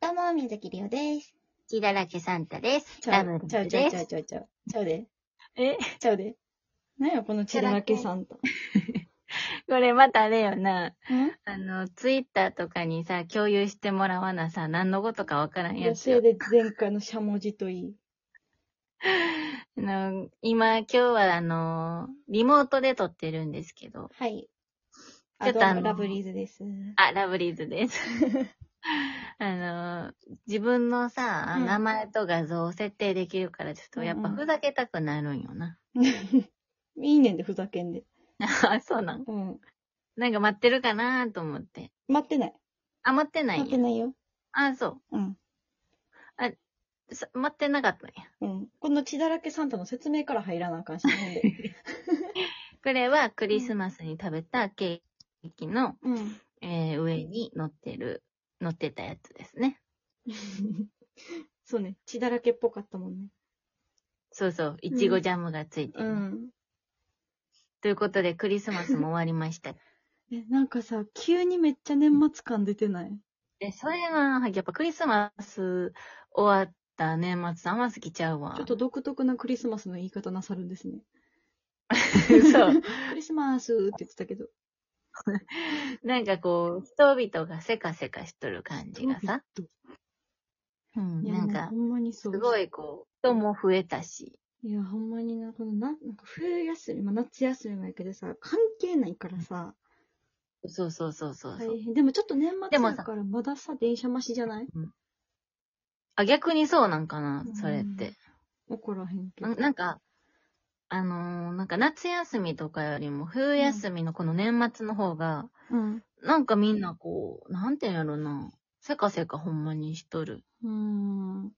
どうも、水木りおです。ちだらけサンタです。ちょラブちょルちょでちょす。ちょちょ。ちょで。え、 ちょで。なんや、このちだらけサンタ。これまたあれよな。んあの、ツイッターとかにさ、共有してもらわなさ、何のことかわからんいやや、つそれよ。で前回のしゃもじといい。あの、今、今日はあの、リモートで撮ってるんですけど。はい。ちょあ、っどとうあも、のラブリーズです。あ、ラブリーズです。あの、自分のさ、うん名前と画像を設定できるから、ちょっとやっぱうんうんふざけたくなるんよな。 いいねんで、ふざけんで。あ、そうなん。うん。なんか待ってるかなと思って。待ってない。あ、待ってない待ってんや。ないよ。あ、そうん。う。さ待ってなかったんや。うん。この血だらけサンタの説明から入らなあかんし、ほんでこれはクリスマスに食べたケーキの、うん。えー上に乗ってる、乗ってたやつですね。そうね。血だらけっぽかったもんね。そうそう、いちごジャムがついてる、うん。ということで、クリスマスも終わりま した。え、なんかさ、急にめっちゃ年末感出てないで、それが、やっぱクリスマス終わった年末、あんま好きちゃうわ。ちょっと独特なクリスマスの言い方なさるんですね。そう。クリスマスって言ってたけど。なんかこう、人々がせかせかしとる感じがさ。うん、いや、なんもうかほ、んまにすそう。ごいこう、人も増えたし。いや、ほんまにな、このな、なんか冬休み、まあ、夏休みもやけどさ、関係ないからさ、そうそうそうそうそう。大変。でもちょっと年末でもださからまださ、電車待ちじゃないあ、逆にそうなんかな、それって。怒らへんけなど。なんか、あのーなんか夏休みとかよりも冬休みのこの年末の方が、うん。なんかみんなこう、なんていうんやろな、せかせかほんまにしとる。うーん。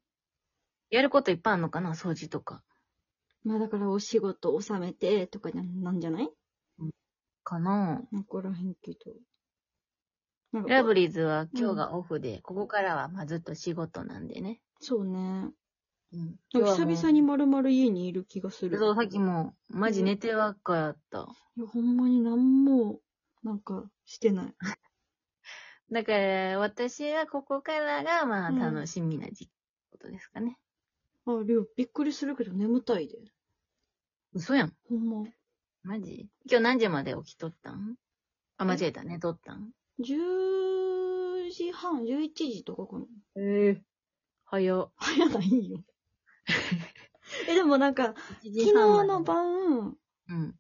やることいっぱいあるのかな、掃除とか。まあだからお仕事納めてとかなんなんじゃないかな怒らへんけど。なんかラブリーズは今日がオフで、ここからはまあずっと仕事なんでね。そうね。うん。なんか久々にまるまる家にいる気がする。そう、さっきも、マジ寝てばっかやった。いや、ほんまになんも、なんか、してない。だから、私はここからが、まあ、うん楽しみな時、ことですかね。あ、りょう、びっくりするけど眠たいで。嘘やん。ほんま。マジ今日何時まで起きとったんあ、間違えた。寝とったん10時半、11時とかかな。ええー。早っ。早ない よ。え、でもなんか、昨昨日の。晩、うん。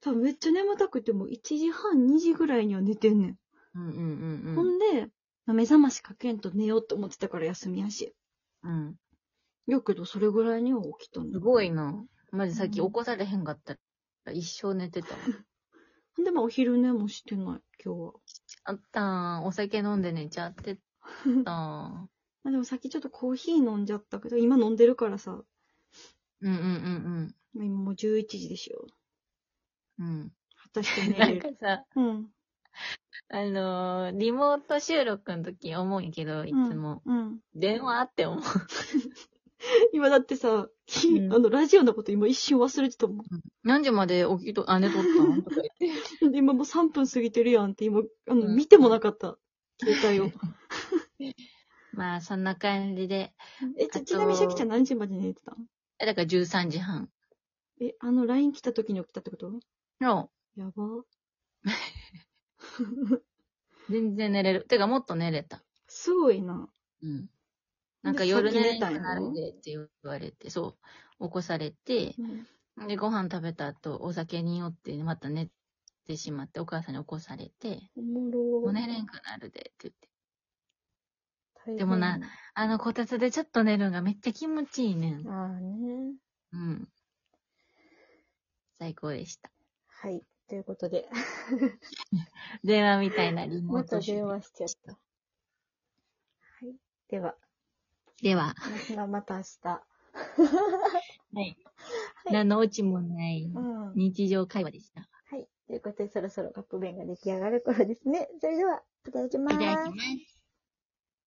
多分めっちゃ眠たくても1時半、2時ぐらいには寝てんねん。うんうんうんほんで、まあ目覚ましかけんと寝ようと思ってたから休みやし。うん。うん。よけどそれぐらいには起きたんだ。すごいな。マジさっきうん起こされへんかったら、一生寝 てたわ。ほんで、まあお昼寝もしてない、今日は。あったん。お酒飲んで寝ちゃってた ん。まあでもさっきちょっとコーヒー飲んじゃったけど、今飲んでるからさ、うんうんうんまあ今もう11時でしょ。うん。うん。果たして寝 なれんるか。さ、うん。あのーリモート収録の時思うんやけど、いつも、うん。電話って思う。今だってさ、きうんあの、ラジオのこと今一瞬忘れてたもん。何時まで起きと、あ、寝とったんとか言 って。で今もう3分過ぎてるやんって今、あの、うん見てもなかった。携帯を。まあ、そんな感じで、え、ちあとょちなみにシャキちゃん何時まで寝てたんえだから13時半え、あの、LINE 来た時に起きたってことの、やば。全然寝れる。てか、もっと寝れた。すごいな。うん。なんかで夜さっき寝れ寝たんなやくろなるでって言われて、そう、起こされて、うんで、ご飯食べた後、お酒に酔って、また寝てしまって、お母さんに起こされて、おもろもう寝れんくなるでって言って。大変でもな。あの、こたつでちょっと寝るんがめっちゃ気持ちいいねん。ああね。うん。最高でした。はい。ということで、電話みたいなリモまーたト収電録話しちゃった。はい。で は、では、皆さんまた明日。はい。何のオチもないうん。日常会話でした。はい。ということで、そろそろカップ麺が出来上がる頃ですね。それでは、いただきまいす。ただきます。